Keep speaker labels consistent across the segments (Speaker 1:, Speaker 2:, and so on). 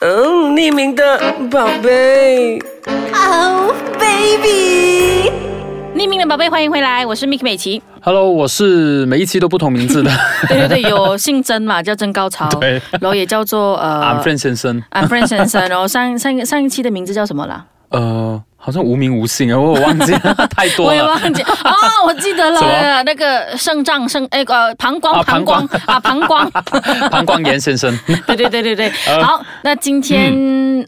Speaker 1: 哦匿名的宝贝。
Speaker 2: Oh baby，
Speaker 3: 匿名的宝贝，欢迎回来，我是 Miki 美 琪。
Speaker 4: Hello，我是每一期都不同名字 的
Speaker 3: 对对对，有姓曾嘛，叫曾高潮，
Speaker 4: 对
Speaker 3: 然后也叫做呃
Speaker 4: I'm Friend 先生。
Speaker 3: I'm Friend 先生，然后上上上一期的名字叫什么啦？
Speaker 4: 呃，好像无名无姓啊，我忘记 了，太多
Speaker 3: 我也
Speaker 4: 了。
Speaker 3: 忘 记啊、我记得
Speaker 4: 什么
Speaker 3: 了，那个肾脏肾哎呃膀胱
Speaker 4: 啊
Speaker 3: 膀胱啊膀胱，
Speaker 4: 膀胱炎先生，
Speaker 3: 对对对对 对。好，那今天、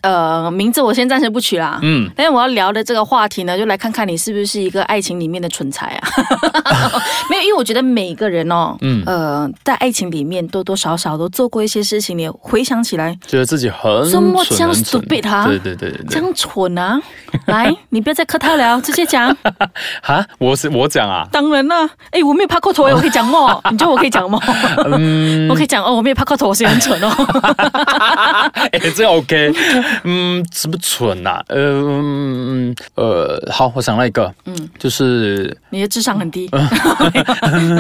Speaker 3: 呃名字我先暂时不取啦，嗯，但是我要聊的这个话题呢，就来看看你是不是一个爱情里面的蠢材 啊。没有，因为我觉得每个人哦，嗯呃，在爱情里面多多少少都做过一些事情，你回想起来
Speaker 4: 觉得自己很
Speaker 3: 这
Speaker 4: 蠢，
Speaker 3: 么像
Speaker 4: 很蠢。
Speaker 3: stupid 啊
Speaker 4: 对对对对
Speaker 3: 这
Speaker 4: 对。
Speaker 3: 样蠢 啊！来，你不要再客套了，直接讲。
Speaker 4: 哈，我是我讲啊，
Speaker 3: 当然啦，哎，我没有拍过头，我可以讲哦。你觉得我可以 讲吗？我可以讲哦，我没有拍过头，我是很蠢哦。
Speaker 4: 哎，这 OK，嗯，什么蠢啊？呃，嗯呃，好，我想到一个，嗯， 就是
Speaker 3: 你的智商很低，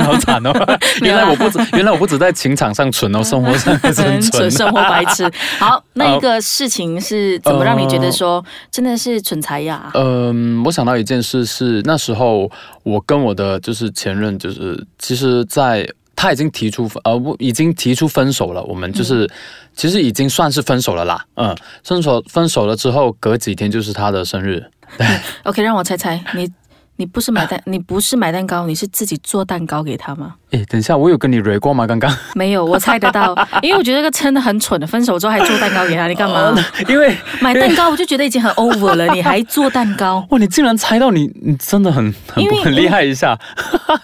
Speaker 4: 好惨哦，
Speaker 3: 没有
Speaker 4: 原
Speaker 3: 啦
Speaker 4: 来我不止，原来我不止在情场上蠢哦，生活上也是很
Speaker 3: 很
Speaker 4: 蠢
Speaker 3: 蠢，
Speaker 4: 啊，
Speaker 3: 生活白 痴。好，那一个事情是怎么让你觉得
Speaker 4: 哦
Speaker 3: 说真的是蠢材呀？
Speaker 4: 嗯，我想到一件事是，那时候我跟我的就是前任，就是其实在，他已经提出呃，我已经提出分手了，我们就是、其实已经算是分手了啦，嗯，分手分手了之后，隔几天就是他的生日，
Speaker 3: OK，让我猜猜，你你不是买 蛋，你不是买蛋糕，你是自己做蛋糕给他吗？
Speaker 4: 诶，等一下，我有跟你 re 过吗？刚刚，
Speaker 3: 没 有，我猜得到，因为我觉得这个真的很蠢的，分手之后还做蛋糕给 他，你干
Speaker 4: 哦
Speaker 3: 嘛？
Speaker 4: 因为
Speaker 3: 买蛋糕我就觉得已经很 over 了，你还做蛋糕？
Speaker 4: 哇，你竟然猜到你，你真的很很
Speaker 3: 因为
Speaker 4: 很厉害一下，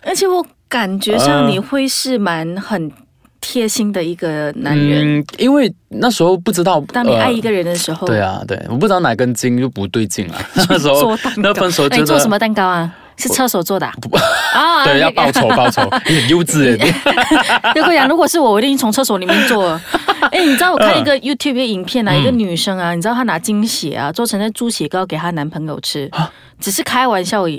Speaker 3: 而且我感觉上
Speaker 4: 哦
Speaker 3: 你会是蛮很贴心的一个男人。，
Speaker 4: 嗯因为那时候不知道，
Speaker 3: 当你爱一
Speaker 4: 个。
Speaker 3: 个人的时候，
Speaker 4: 对啊，对，我不知道哪根筋就不对 劲了。那时候
Speaker 3: 做蛋，糕，
Speaker 4: 那分手
Speaker 3: 那
Speaker 4: 觉
Speaker 3: 你
Speaker 4: 得
Speaker 3: 做什么蛋糕啊？是厕所做的啊？ 啊。
Speaker 4: 对，要报仇 报仇，你很幼稚耶！
Speaker 3: 如果啊讲，如果是我，我一定从厕所里面 做。哎，你知道我看一
Speaker 4: 嗯
Speaker 3: 个 YouTube 的影片啊，一个女生啊，你知道她拿精血啊做成那猪血糕给她男朋友吃，
Speaker 4: 啊
Speaker 3: 只是开玩笑而已，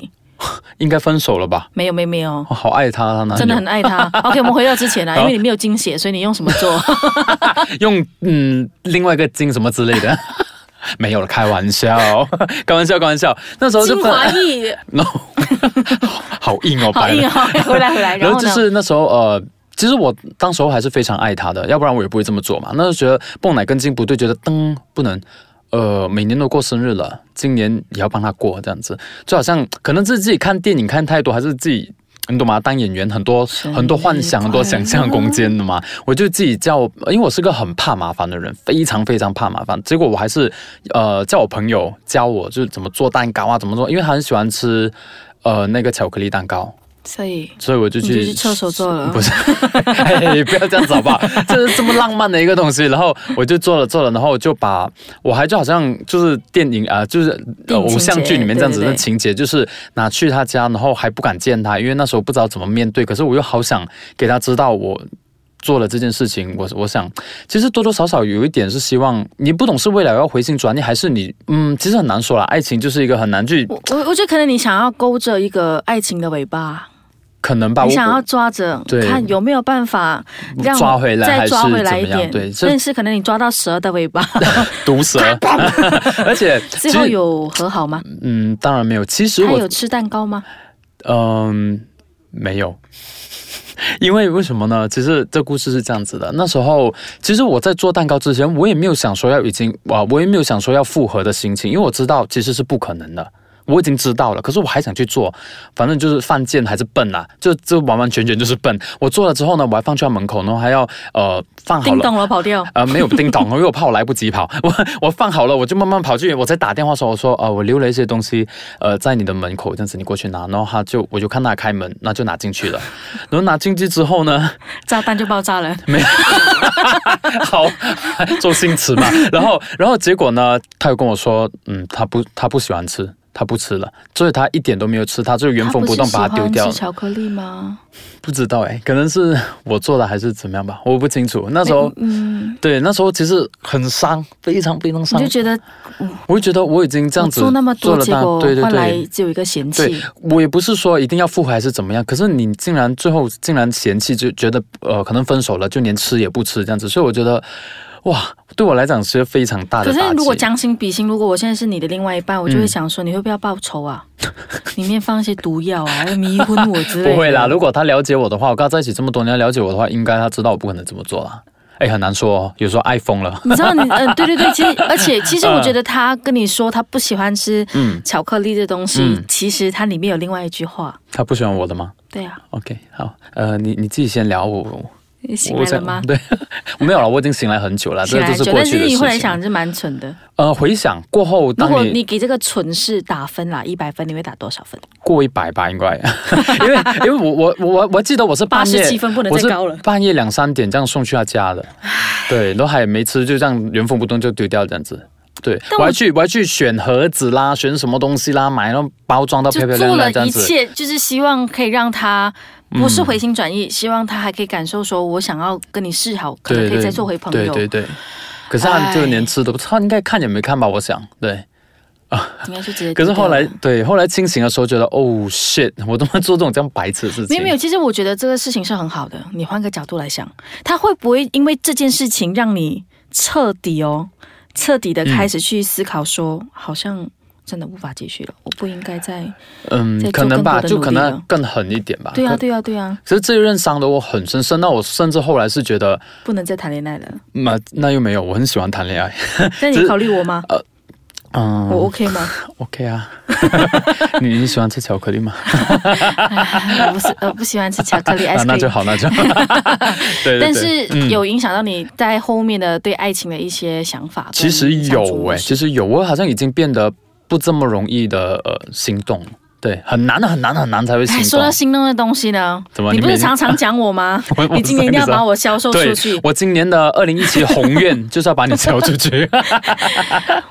Speaker 4: 你应该分手了吧？
Speaker 3: 没有没有没有。
Speaker 4: 我好爱他，他男
Speaker 3: 真的很爱 他。OK，我们回到之前啊，因为你没有精血，所以你用什么做？
Speaker 4: 用嗯另外一个金什么之类的， 没有了，开玩笑， 开玩笑，开玩笑。那时候就
Speaker 3: 精
Speaker 4: 分
Speaker 3: 华液，
Speaker 4: ，no，好 好硬哦，
Speaker 3: 好
Speaker 4: 白
Speaker 3: 硬
Speaker 4: 了。
Speaker 3: 哦！ 回来回来，
Speaker 4: 然
Speaker 3: 然
Speaker 4: 后
Speaker 3: 后
Speaker 4: 就
Speaker 3: 呢？
Speaker 4: 是那时候呃。其实我当时候还是非常爱他的，要不然我也不会这么做嘛。那时候觉得蹦哪根筋不对，觉得噔不能，呃，每年都过生日了，今年也要帮他过这样子，就好像可能是自己看电影看太多，还是自己。你懂吗？当演员很多
Speaker 3: 生日
Speaker 4: 很多幻想，
Speaker 3: 快乐
Speaker 4: 很多想象空间的嘛。我就自己叫，因为我是个很怕麻烦的人，非常非常怕麻烦。结果我还是呃叫我朋友教我，就是怎么做蛋糕啊，怎么做，因为他很喜欢吃呃那个巧克力蛋糕。
Speaker 3: 所以
Speaker 4: 所以我就
Speaker 3: 你
Speaker 4: 去
Speaker 3: 就去厕所做了
Speaker 4: 不是，哎，不要这样子好不好？ 这是这么浪漫的一个东西，然后我就做了做了，然后就把我还就好像就是电影啊、呃就是呃
Speaker 3: 电影情节
Speaker 4: 偶像剧里面这样子
Speaker 3: 对
Speaker 4: 的
Speaker 3: 对对
Speaker 4: 情节，就是拿去他家，然后还不敢见他，因为那时候不知道怎么面对，可是我又好想给他知道我。做了这件事情，我我想，其实多多少少有一点是希望你不懂是为了要回心转意，还是你嗯，其实很难说啦。爱情就是一个很难去
Speaker 3: 我我我觉得可能你想要勾着一个爱情的尾巴，
Speaker 4: 可能吧。
Speaker 3: 你
Speaker 4: 我
Speaker 3: 想要抓着，
Speaker 4: 对
Speaker 3: 看有没有办法让
Speaker 4: 抓回来
Speaker 3: 再抓回来一
Speaker 4: 还是
Speaker 3: 点
Speaker 4: 怎么样对。这
Speaker 3: 但是可能你抓到蛇的尾巴，
Speaker 4: 毒蛇， 而且
Speaker 3: 最
Speaker 4: 其
Speaker 3: 后
Speaker 4: 实
Speaker 3: 有和好吗？
Speaker 4: 嗯，当然没有。其实
Speaker 3: 他
Speaker 4: 我
Speaker 3: 有吃蛋糕吗？
Speaker 4: 嗯、没有， 因为为什么呢？其实这故事是这样子的。那时候，其实我在做蛋糕之前，我也没有想说要已经哇，我也没有想说要复合的心情，因为我知道其实是不可能的。我已经知道了，可是我还想去做，反正就是犯贱还是笨啊，就就完完全全就是笨。我做了之后呢，我还放去他门口，然后还要呃放 好
Speaker 3: 叮
Speaker 4: 了，
Speaker 3: 咚了，跑掉。
Speaker 4: 呃，没有叮咚， 因为我怕我来不及跑，我我放好了，我就慢慢跑去，我再打电话说，我说呃，我留了一些东西，呃，在你的门口这样子，你过去拿，然后他就我就看他开门，那就拿进去了，然后拿进去之后呢，
Speaker 3: 炸弹就爆炸了，
Speaker 4: 没有，好， 周星驰嘛，然后然后结果呢，他又跟我说，嗯，他不他不喜欢吃。他不吃了，所以他一点都没有吃，他就 原封不动把它丢掉
Speaker 3: 他不是喜欢
Speaker 4: 了
Speaker 3: 吃。巧克力吗？
Speaker 4: 不知道哎，可能是我做的还是怎么样吧，我不清楚。那时候，
Speaker 3: 嗯，
Speaker 4: 对，那时候其实很伤，非常非常
Speaker 3: 你
Speaker 4: 伤
Speaker 3: 就。觉得
Speaker 4: 我就觉得我已经这样
Speaker 3: 我
Speaker 4: 子
Speaker 3: 做那么多，
Speaker 4: 了
Speaker 3: 结
Speaker 4: 大
Speaker 3: 果
Speaker 4: 对对
Speaker 3: 换来
Speaker 4: 对。
Speaker 3: 只有一个嫌
Speaker 4: 对
Speaker 3: 弃。，
Speaker 4: 我也不是说一定要复合还是怎么样，可是你竟然最后竟然嫌弃，就觉得呃可能分手了，就连吃也不吃这样子，所以我觉得哇，对我来讲是非常大
Speaker 3: 可
Speaker 4: 的
Speaker 3: 是
Speaker 4: 打嗯击。
Speaker 3: 如果将心比心，如果我现在是你的另外一半，我就会想说，你会不会要报仇啊？ 里面放一些毒药啊，要迷昏我之类的。
Speaker 4: 不会啦，如果他了解我的话，我跟他在一起这么多年，了解我的话，应该他知道我不可能这么做啦。哎，很难说哦，有时候爱疯了。
Speaker 3: 你知道你嗯、 呃对对对，其实而且其实我觉得
Speaker 4: 嗯
Speaker 3: 他跟你说他不喜欢吃巧克力这东西，
Speaker 4: 嗯
Speaker 3: 其实它里面有另外一句话。
Speaker 4: 他不喜欢我的吗
Speaker 3: 对啊，
Speaker 4: ？OK，好，呃，你你自己先聊我。我
Speaker 3: 你醒
Speaker 4: 我
Speaker 3: 来了
Speaker 4: 想
Speaker 3: 吗？
Speaker 4: 对，没有了，我已经醒来很久了，这
Speaker 3: 醒来
Speaker 4: 就是
Speaker 3: 久，
Speaker 4: 过
Speaker 3: 但
Speaker 4: 去
Speaker 3: 是
Speaker 4: 的
Speaker 3: 你
Speaker 4: 事
Speaker 3: 后来
Speaker 4: 情。
Speaker 3: 想是蛮蠢的。
Speaker 4: 呃，回想过后，
Speaker 3: 如
Speaker 4: 当
Speaker 3: 果
Speaker 4: 你
Speaker 3: 你给这个蠢事打分啦，一百分，你会打多少分？
Speaker 4: 过一百吧，应该， 因 为因为我我我我我记得我是半夜
Speaker 3: 87分不能再
Speaker 4: 我是
Speaker 3: 高了
Speaker 4: 半夜两三点这样送去他家的，对，然后还没吃，就这样原封不动就丢掉这样子。对，
Speaker 3: 但
Speaker 4: 我
Speaker 3: 我
Speaker 4: 还去我还去选盒子啦，选什么东西啦，买那种包装到
Speaker 3: 就
Speaker 4: 漂漂
Speaker 3: 做
Speaker 4: 亮
Speaker 3: 了
Speaker 4: 亮这样
Speaker 3: 一
Speaker 4: 子。
Speaker 3: 切，就是希望可以让他不是回心转意，希望他还可以感受说，我想要跟你示好，可能可以再做回朋友。
Speaker 4: 对对对。可是他
Speaker 3: 唉
Speaker 4: 就连吃都不吃，他应该看也没看吧？我想，对。
Speaker 3: 应该就直接。
Speaker 4: 可是后来，。对，后来清醒的时候觉得，哦，shit，我怎么做这种这样白痴的事
Speaker 3: 没
Speaker 4: 情？
Speaker 3: 有没有，其实我觉得这个事情是很好的。你换个角度来想，他会不会因为这件事情让你彻底哦，彻底的开始去思考说，好像真的无法继续了，我不应该再……
Speaker 4: 嗯
Speaker 3: 再，
Speaker 4: 可
Speaker 3: 做
Speaker 4: 能
Speaker 3: 更
Speaker 4: 吧，
Speaker 3: 多的
Speaker 4: 就
Speaker 3: 努
Speaker 4: 可
Speaker 3: 力
Speaker 4: 能
Speaker 3: 了
Speaker 4: 更狠一点吧。
Speaker 3: 对啊
Speaker 4: 可
Speaker 3: 对啊对啊，
Speaker 4: 其实这一任伤得我很深，深到我甚至后来是觉得，
Speaker 3: 不能再谈恋爱 了。
Speaker 4: 那那又没有，我很喜欢 谈恋爱，
Speaker 3: 那
Speaker 4: 只
Speaker 3: 你
Speaker 4: 是
Speaker 3: 考虑我吗？
Speaker 4: 呃嗯
Speaker 3: 我 OK 吗？
Speaker 4: OK 啊，你你喜欢吃巧克力吗？
Speaker 3: 我不是呃不喜欢吃巧克 力 ice
Speaker 4: 啊，那
Speaker 3: cream
Speaker 4: 就。好，那就好，对对对，
Speaker 3: 但是
Speaker 4: 嗯
Speaker 3: 有影响到你在后面的对爱情的一些嗯想法跟
Speaker 4: 其实有欸
Speaker 3: 相处模
Speaker 4: 诶，
Speaker 3: 式
Speaker 4: 其实有，我好像已经变得不这么容易的呃心动了，对，很难的，啊很难的，很难才会心
Speaker 3: 哎，说
Speaker 4: 动
Speaker 3: 到。心动的东西呢
Speaker 4: 怎么，
Speaker 3: 你
Speaker 4: 你
Speaker 3: 不
Speaker 4: 每
Speaker 3: 是
Speaker 4: 天
Speaker 3: 常常讲我吗
Speaker 4: 我 我？不
Speaker 3: 你今年一定要
Speaker 4: 知道
Speaker 3: 把我销售
Speaker 4: 对
Speaker 3: 出去，。
Speaker 4: 我今年的二零一七宏愿就是要把你 交出 去。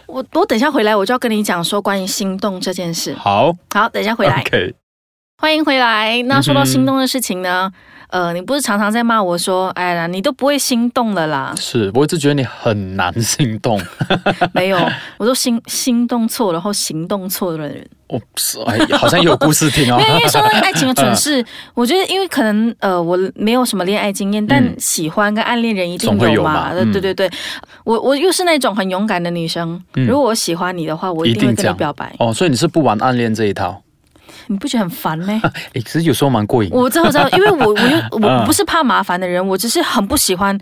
Speaker 3: 我我等一下回来，我就要跟你讲说关于心动这件事。
Speaker 4: 好
Speaker 3: 好，等一下回来，
Speaker 4: ，OK，
Speaker 3: 欢迎回来。那说
Speaker 4: 嗯
Speaker 3: 到
Speaker 4: 哼？
Speaker 3: 心动的事情呢，呃，你不是常常在骂我说，哎呀，你都不会心动了啦
Speaker 4: 是，我一直觉得你很难心动。
Speaker 3: 没有，我都心心动错，然后行动错的人。
Speaker 4: 我是哎，好像有故事听 哦 嗯
Speaker 3: 没。有，因为说到爱情的蠢事，我觉得因为可能呃，我没有什么恋爱经验，但喜欢跟暗恋人一定
Speaker 4: 嗯总会有
Speaker 3: 嘛。
Speaker 4: 嘛
Speaker 3: 呃
Speaker 4: 嗯嗯
Speaker 3: 对对对，我我又是那种很勇敢的女生，如果我喜欢你的话，我一定会跟你
Speaker 4: 讲
Speaker 3: 表白。
Speaker 4: 哦，所以你是不玩暗恋这一套？
Speaker 3: 你不觉得很烦吗？
Speaker 4: 诶，其实有时候蛮过瘾的。
Speaker 3: 我知道，我知道，因为 我我就
Speaker 4: 嗯
Speaker 3: 我不是怕麻烦的人，我只是很不喜欢。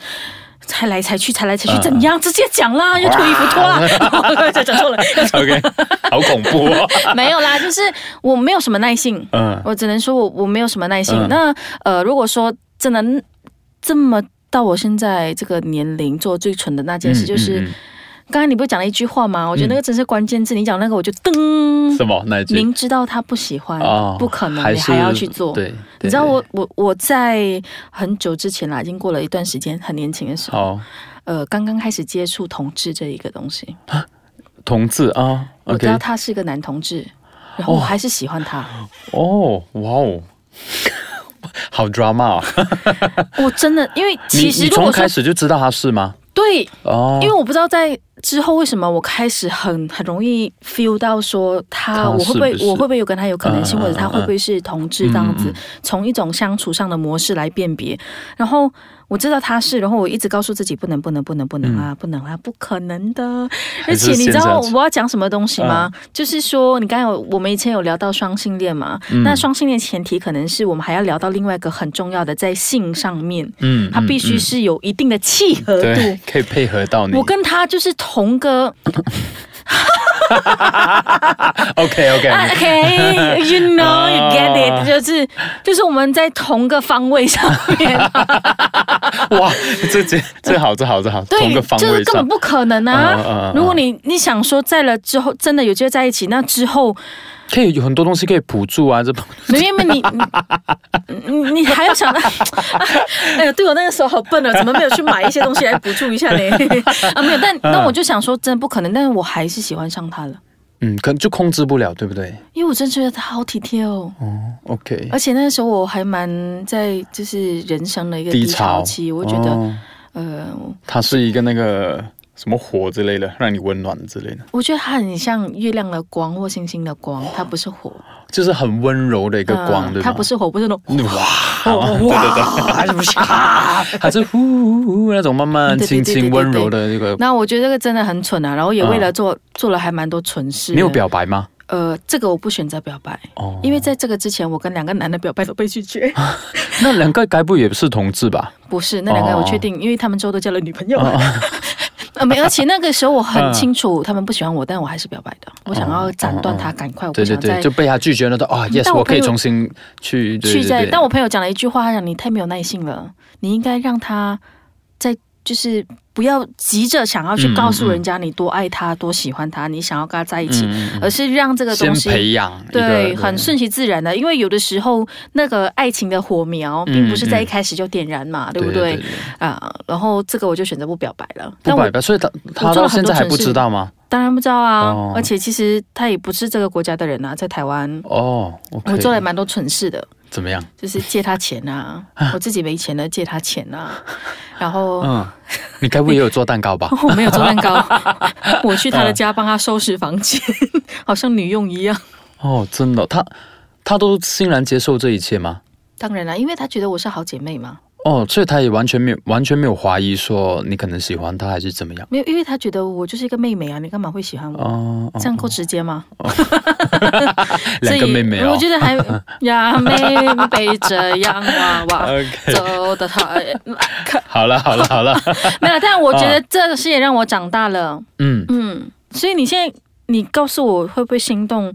Speaker 3: 猜来猜去，猜来猜
Speaker 4: 嗯
Speaker 3: 去，怎样？直接讲啦，要脱衣服 脱啦，啊讲讲错了，
Speaker 4: OK，好 恐怖哦。
Speaker 3: 没有啦，就是我没有什么耐性，
Speaker 4: 嗯，
Speaker 3: 我只能说我我没有什么耐性。
Speaker 4: 嗯
Speaker 3: 那呃，如果说真的这么到我现在这个年龄做最蠢的那件事，就是、
Speaker 4: 嗯嗯
Speaker 3: 刚才你不是讲了一句话吗？我觉得那个真是关键字，你讲那个我就噔
Speaker 4: 嗯，什么那一句？
Speaker 3: 明知道他不喜欢，
Speaker 4: 哦
Speaker 3: 不可能，你
Speaker 4: 是
Speaker 3: 还要去做，
Speaker 4: 对，对
Speaker 3: 你知道
Speaker 4: 对
Speaker 3: 我我我在很久之前啦，已经过了一段时间，很年轻的时候，
Speaker 4: 好
Speaker 3: 呃，刚刚开始接触同志这一个东西，
Speaker 4: 同志啊
Speaker 3: 我知道
Speaker 4: ，OK，
Speaker 3: 他是个男同志，然后我还是喜欢他，
Speaker 4: 哦，哇哦， 好 drama 哦。
Speaker 3: 我真的因为
Speaker 4: 你
Speaker 3: 其实
Speaker 4: 你
Speaker 3: 如
Speaker 4: 从
Speaker 3: 果说
Speaker 4: 开始就知道他是吗？
Speaker 3: 对，
Speaker 4: 哦
Speaker 3: 因为，我不知道在之后为什么我开始很很容易 feel 到说他
Speaker 4: 他
Speaker 3: 我会不会
Speaker 4: 是不是
Speaker 3: 我会不会有跟他有可能性，
Speaker 4: 嗯嗯
Speaker 3: 或者他会不会是同志这
Speaker 4: 嗯
Speaker 3: 样子，从一种相处上的模式来辨别。然后我知道他是，然后我一直告诉自己不能不能不能不能啊不能啊不可能的。而
Speaker 4: 嗯还是嗯
Speaker 3: 且你知道
Speaker 4: 先这样子
Speaker 3: 我要讲什么东西吗？就是说你刚才有我们以前有聊到双性恋嘛，
Speaker 4: 嗯
Speaker 3: 那双性恋前提可能是我们还要聊到另外一个很重要的在性上面，
Speaker 4: 嗯
Speaker 3: 它必须
Speaker 4: 嗯
Speaker 3: 是有一定的契合度。
Speaker 4: 对，可以配合到你。
Speaker 3: 我跟他就是同个
Speaker 4: OK OK，
Speaker 3: 啊，OK，you know you get
Speaker 4: 啊
Speaker 3: it，就是就是我们在同个方位上面，
Speaker 4: 哇，这这这好这好这好，同
Speaker 3: 对
Speaker 4: 个方，
Speaker 3: 就
Speaker 4: 位
Speaker 3: 是根本
Speaker 4: 上。
Speaker 3: 不可能
Speaker 4: 嗯嗯
Speaker 3: 啊
Speaker 4: 嗯。
Speaker 3: 如果你你想说在了之后真的有机会在一起，那之后
Speaker 4: 可以有很多东西可以补助啊，这
Speaker 3: 没有没有你 你你你还要想到， 哎呀，对我那个时候好笨啊，怎么没有去买一些东西来补助一下呢？ 啊，没有，但那我就想说真的不可能，但是我还是喜欢上他了，
Speaker 4: 嗯，可能就控制不了，对不对
Speaker 3: 因为我真觉得他好体贴哦。
Speaker 4: ？OK，
Speaker 3: 而且那时候我还蛮在就是人生的一个低潮期，我觉得、
Speaker 4: 哦
Speaker 3: 呃，
Speaker 4: 他是一个那个
Speaker 5: 什么火之类的，让你温暖之类的，
Speaker 3: 我觉得它很像月亮的光或星星的光，它不是火，
Speaker 4: 就是很温柔的一个光，
Speaker 3: 嗯
Speaker 4: 对吧？
Speaker 3: 它不是火，不是那种
Speaker 4: 哇，对对对，还是呼呼呼那种慢慢
Speaker 3: 对对
Speaker 4: 轻
Speaker 3: 对对
Speaker 4: 轻
Speaker 3: 对
Speaker 4: 温柔的那个，
Speaker 3: 那我觉得这个真的很蠢啊，然后也为了做、做了还蛮多蠢事。
Speaker 4: 没有，表白吗？
Speaker 3: 呃，这个我不选择表白，
Speaker 4: 哦，
Speaker 3: 因为在这个之前，我跟两个男的表白都被拒绝。
Speaker 4: 啊那两个该不也是同志吧？
Speaker 3: 不是，那两个
Speaker 4: 哦
Speaker 3: 我确定，因为他们之后都交了女朋友。 呃，没，而且那个时候我
Speaker 4: 嗯
Speaker 3: 很清楚他们不喜欢我，但我还是表白的。我想要斩断他，赶快，我不
Speaker 4: 哦对
Speaker 3: 想
Speaker 4: 对
Speaker 3: 再嗯
Speaker 4: 对，就被他拒绝了的啊，yes，
Speaker 3: 但我
Speaker 4: 我可以
Speaker 3: 朋友
Speaker 4: 重新去，对
Speaker 3: 去
Speaker 4: 对
Speaker 3: 在。
Speaker 4: 对，
Speaker 3: 但我朋友讲了一句话，他讲你太没有耐心了，你应该让他在就是不要急着想要去
Speaker 4: 嗯
Speaker 3: 告诉
Speaker 4: 嗯
Speaker 3: 人家你多爱他、多喜欢他，你想要跟他在一起，
Speaker 4: 嗯嗯
Speaker 3: 而是让这个
Speaker 4: 先
Speaker 3: 东西
Speaker 4: 培养一个
Speaker 3: 对，很顺其自然的，因为有的时候那个爱情的火苗
Speaker 4: 嗯
Speaker 3: 并不是在一开始就点燃嘛，对不对？啊，然后这个我就选择不表白了。
Speaker 4: 不
Speaker 3: 但
Speaker 4: 白
Speaker 3: 我
Speaker 4: 吧，所以他他
Speaker 3: 我做
Speaker 4: 到
Speaker 3: 了很
Speaker 4: 现
Speaker 3: 多
Speaker 4: 在还
Speaker 3: 蠢
Speaker 4: 不
Speaker 3: 事
Speaker 4: 知道吗？
Speaker 3: 当然不知道啊，
Speaker 4: 哦
Speaker 3: 而且其实他也不是这个国家的人啊，在台湾
Speaker 4: 哦，OK，
Speaker 3: 我做了蛮多蠢事的，
Speaker 4: 怎么样？
Speaker 3: 就是借他钱啊，我自己没钱了借他钱 啊，然后。
Speaker 4: 嗯，你该不会也有做蛋糕吧？
Speaker 3: 我没有做蛋糕， 我去
Speaker 4: 啊
Speaker 3: 他的家帮他收拾房间， 好像女佣一样。
Speaker 4: 哦，真的，他他都欣然接受这一切吗？
Speaker 3: 当然啦，因为他觉得我是好姐妹嘛，
Speaker 4: 哦，所以他也完全没有完全没有怀疑说你可能喜欢他还是怎么样？
Speaker 3: 没有，因为他觉得我就是一个妹妹啊，你干嘛会喜欢我？
Speaker 4: 哦，哦
Speaker 3: 这样够直接吗？
Speaker 4: 两个妹妹
Speaker 3: 所以
Speaker 4: 哦
Speaker 3: 我。觉得 还呀，妹背着洋娃 娃
Speaker 4: OK，
Speaker 3: 啊走的太
Speaker 4: 好了好了 好了，
Speaker 3: 没有，但我觉得这个事也让我长大了。
Speaker 4: 嗯，
Speaker 3: 嗯，所以你现在你告诉我会不会心动，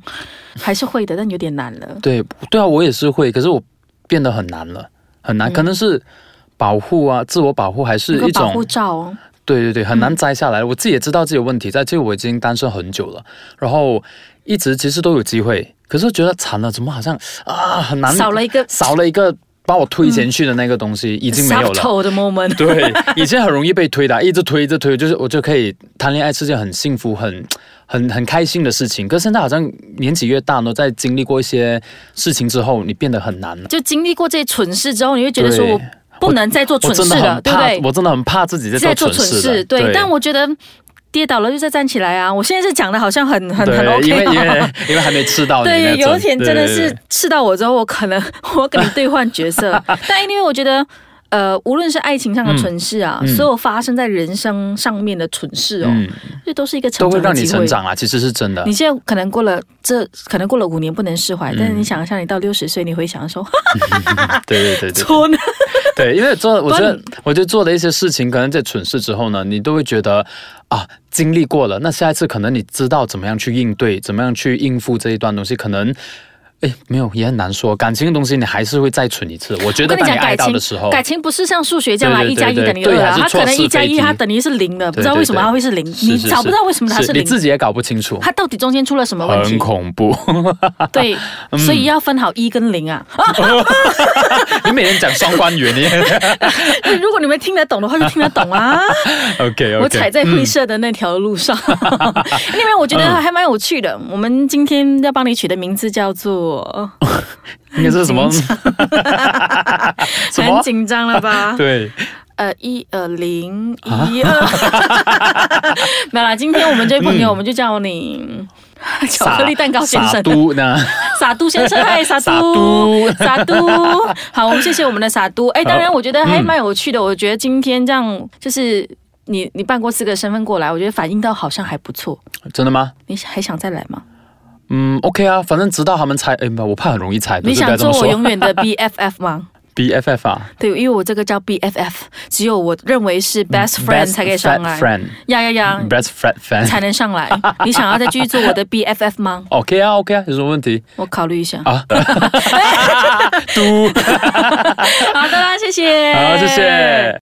Speaker 3: 还是会的，但有点难了。
Speaker 4: 对对啊，我也是会，可是我变得很难了，很难，可能是保护啊，自我保护还是
Speaker 3: 有个嗯
Speaker 4: 一
Speaker 3: 保
Speaker 4: 种
Speaker 3: 护罩哦，
Speaker 4: 对对对，很难摘下来。我自己也知道自己有问题，在这我已经单身很久了，然后一直其实都有机会，可是觉得惨了，怎么好像啊很难
Speaker 3: 少了嗯一个
Speaker 4: 少了一个把我推前去的那个东西，已经没有了。
Speaker 3: 的 moment。
Speaker 4: 对，以前很容易被推的，一直推一直推，就是我就可以谈恋爱是件很幸福、很很很开心的事情。可是现在好像年纪越大呢，在经历过一些事情之后，你变得很难了。
Speaker 3: 就经历过这些蠢事之后，你会觉得说
Speaker 4: 对
Speaker 3: 我不能再做
Speaker 4: 我
Speaker 3: 蠢
Speaker 4: 真
Speaker 3: 事
Speaker 4: 的
Speaker 3: 了，
Speaker 4: 很
Speaker 3: 对不
Speaker 4: 怕，
Speaker 3: 对？
Speaker 4: 我真的很怕自己在
Speaker 3: 在
Speaker 4: 做
Speaker 3: 做
Speaker 4: 蠢
Speaker 3: 蠢
Speaker 4: 事
Speaker 3: 事，
Speaker 4: 的。
Speaker 3: 对。但我觉得跌倒了就再站起来啊！我现在是讲的好像很很
Speaker 4: 对，
Speaker 3: 很 OK
Speaker 4: 因 为
Speaker 3: 啊
Speaker 4: 因为因为还没吃到你那
Speaker 3: 对，
Speaker 4: 种，
Speaker 3: 有一天真的
Speaker 4: 对
Speaker 3: 是吃到我之后，我可能 我跟你兑换角 色。但因为我觉得，呃，无论是爱情上
Speaker 4: 嗯
Speaker 3: 的蠢事啊，所有发生在人生上面的蠢事哦，
Speaker 4: 嗯，
Speaker 3: 这都是一个
Speaker 4: 都
Speaker 3: 成
Speaker 4: 会
Speaker 3: 长的
Speaker 4: 让你
Speaker 3: 机
Speaker 4: 成
Speaker 3: 会。
Speaker 4: 长啦，其实是真的嗯
Speaker 3: 你。现在可能过了这，可能过了五年不能释怀，但是你想一下，你到六十岁，你会想 说，
Speaker 4: 对对 对对
Speaker 3: 错呢？
Speaker 4: 对，因为做我觉得
Speaker 3: 笨
Speaker 4: 我就做了一些事情，可能在蠢事之后呢，你都会觉得啊，经历过了，那下一次可能你知道怎么样去应对，怎么样去应付这一段东西，可能。哎，没有，也很难说。感情的东西，你还是会再蠢一次。我觉
Speaker 3: 我
Speaker 4: 得
Speaker 3: 跟你
Speaker 4: 当你
Speaker 3: 讲，
Speaker 4: 爱
Speaker 3: 感
Speaker 4: 到
Speaker 3: 情
Speaker 4: 的时候，
Speaker 3: 感情不是像数学这样啊，
Speaker 4: 对
Speaker 3: 一
Speaker 4: 对
Speaker 3: 加一
Speaker 4: 对
Speaker 3: 等于
Speaker 4: 对
Speaker 3: 二
Speaker 4: 还
Speaker 3: 啊，
Speaker 4: 是
Speaker 3: 它可能
Speaker 4: 错是
Speaker 3: 一加
Speaker 4: 非
Speaker 3: 一
Speaker 4: 题
Speaker 3: 它等于是零的，不
Speaker 4: 对
Speaker 3: 知道
Speaker 4: 对
Speaker 3: 为什么
Speaker 4: 对
Speaker 3: 它会是零，
Speaker 4: 是
Speaker 3: 你
Speaker 4: 是
Speaker 3: 找不
Speaker 4: 是
Speaker 3: 到为什么它是
Speaker 4: 你
Speaker 3: 零，
Speaker 4: 自己也搞不清楚，
Speaker 3: 它到底中间出了什么问
Speaker 4: 很嗯
Speaker 3: 题？
Speaker 4: 恐怖。
Speaker 3: 对，所以要分好一跟零啊。
Speaker 4: 你每天讲双关语，你
Speaker 3: 如果你们听得懂的话，就听得懂啊。
Speaker 4: OK OK。
Speaker 3: 我踩在灰色的那条路上，
Speaker 4: 嗯
Speaker 3: 因为我觉得还蛮有趣的。我们今天要帮你取的名字叫做，
Speaker 4: 应该是什么？什么
Speaker 3: 很？紧张了吧？
Speaker 4: 对，
Speaker 3: 呃，一二零一二， 没有啦。今天我们这位朋友，我们就叫你巧克力蛋糕先
Speaker 4: 傻
Speaker 3: 生，
Speaker 4: 都呢？
Speaker 3: 傻嘟先生，嗨，傻
Speaker 4: 傻
Speaker 3: 嘟， 傻嘟，好，我们谢谢我们的傻嘟。哎，当然，我觉得还蛮有趣的。我觉得今天这样，就是你你办过四个身份过来，我觉得反映到好像还不错。
Speaker 4: 真的吗？
Speaker 3: 你还想再来吗？
Speaker 4: 嗯，OK 啊，反正直到他们猜，哎，不，我怕很容易猜，
Speaker 3: 你
Speaker 4: 不是不
Speaker 3: 想
Speaker 4: 要这
Speaker 3: 做
Speaker 4: 么
Speaker 3: 我
Speaker 4: 说。
Speaker 3: 永远的 BFF 吗？
Speaker 4: BFF 啊
Speaker 3: 对，因为我这个叫 BFF，只有我认为是 best friend 才可以上来。
Speaker 4: friend，best
Speaker 3: 呀呀呀！
Speaker 4: friend
Speaker 3: 才
Speaker 4: fan。
Speaker 3: 能上来。你想要再继续做我的 BFF 吗？
Speaker 4: OK 啊，OK 啊，有什么问题
Speaker 3: 我考虑一下。
Speaker 4: 啊？嘟，
Speaker 3: 好的啦，谢谢。
Speaker 4: 好，谢谢。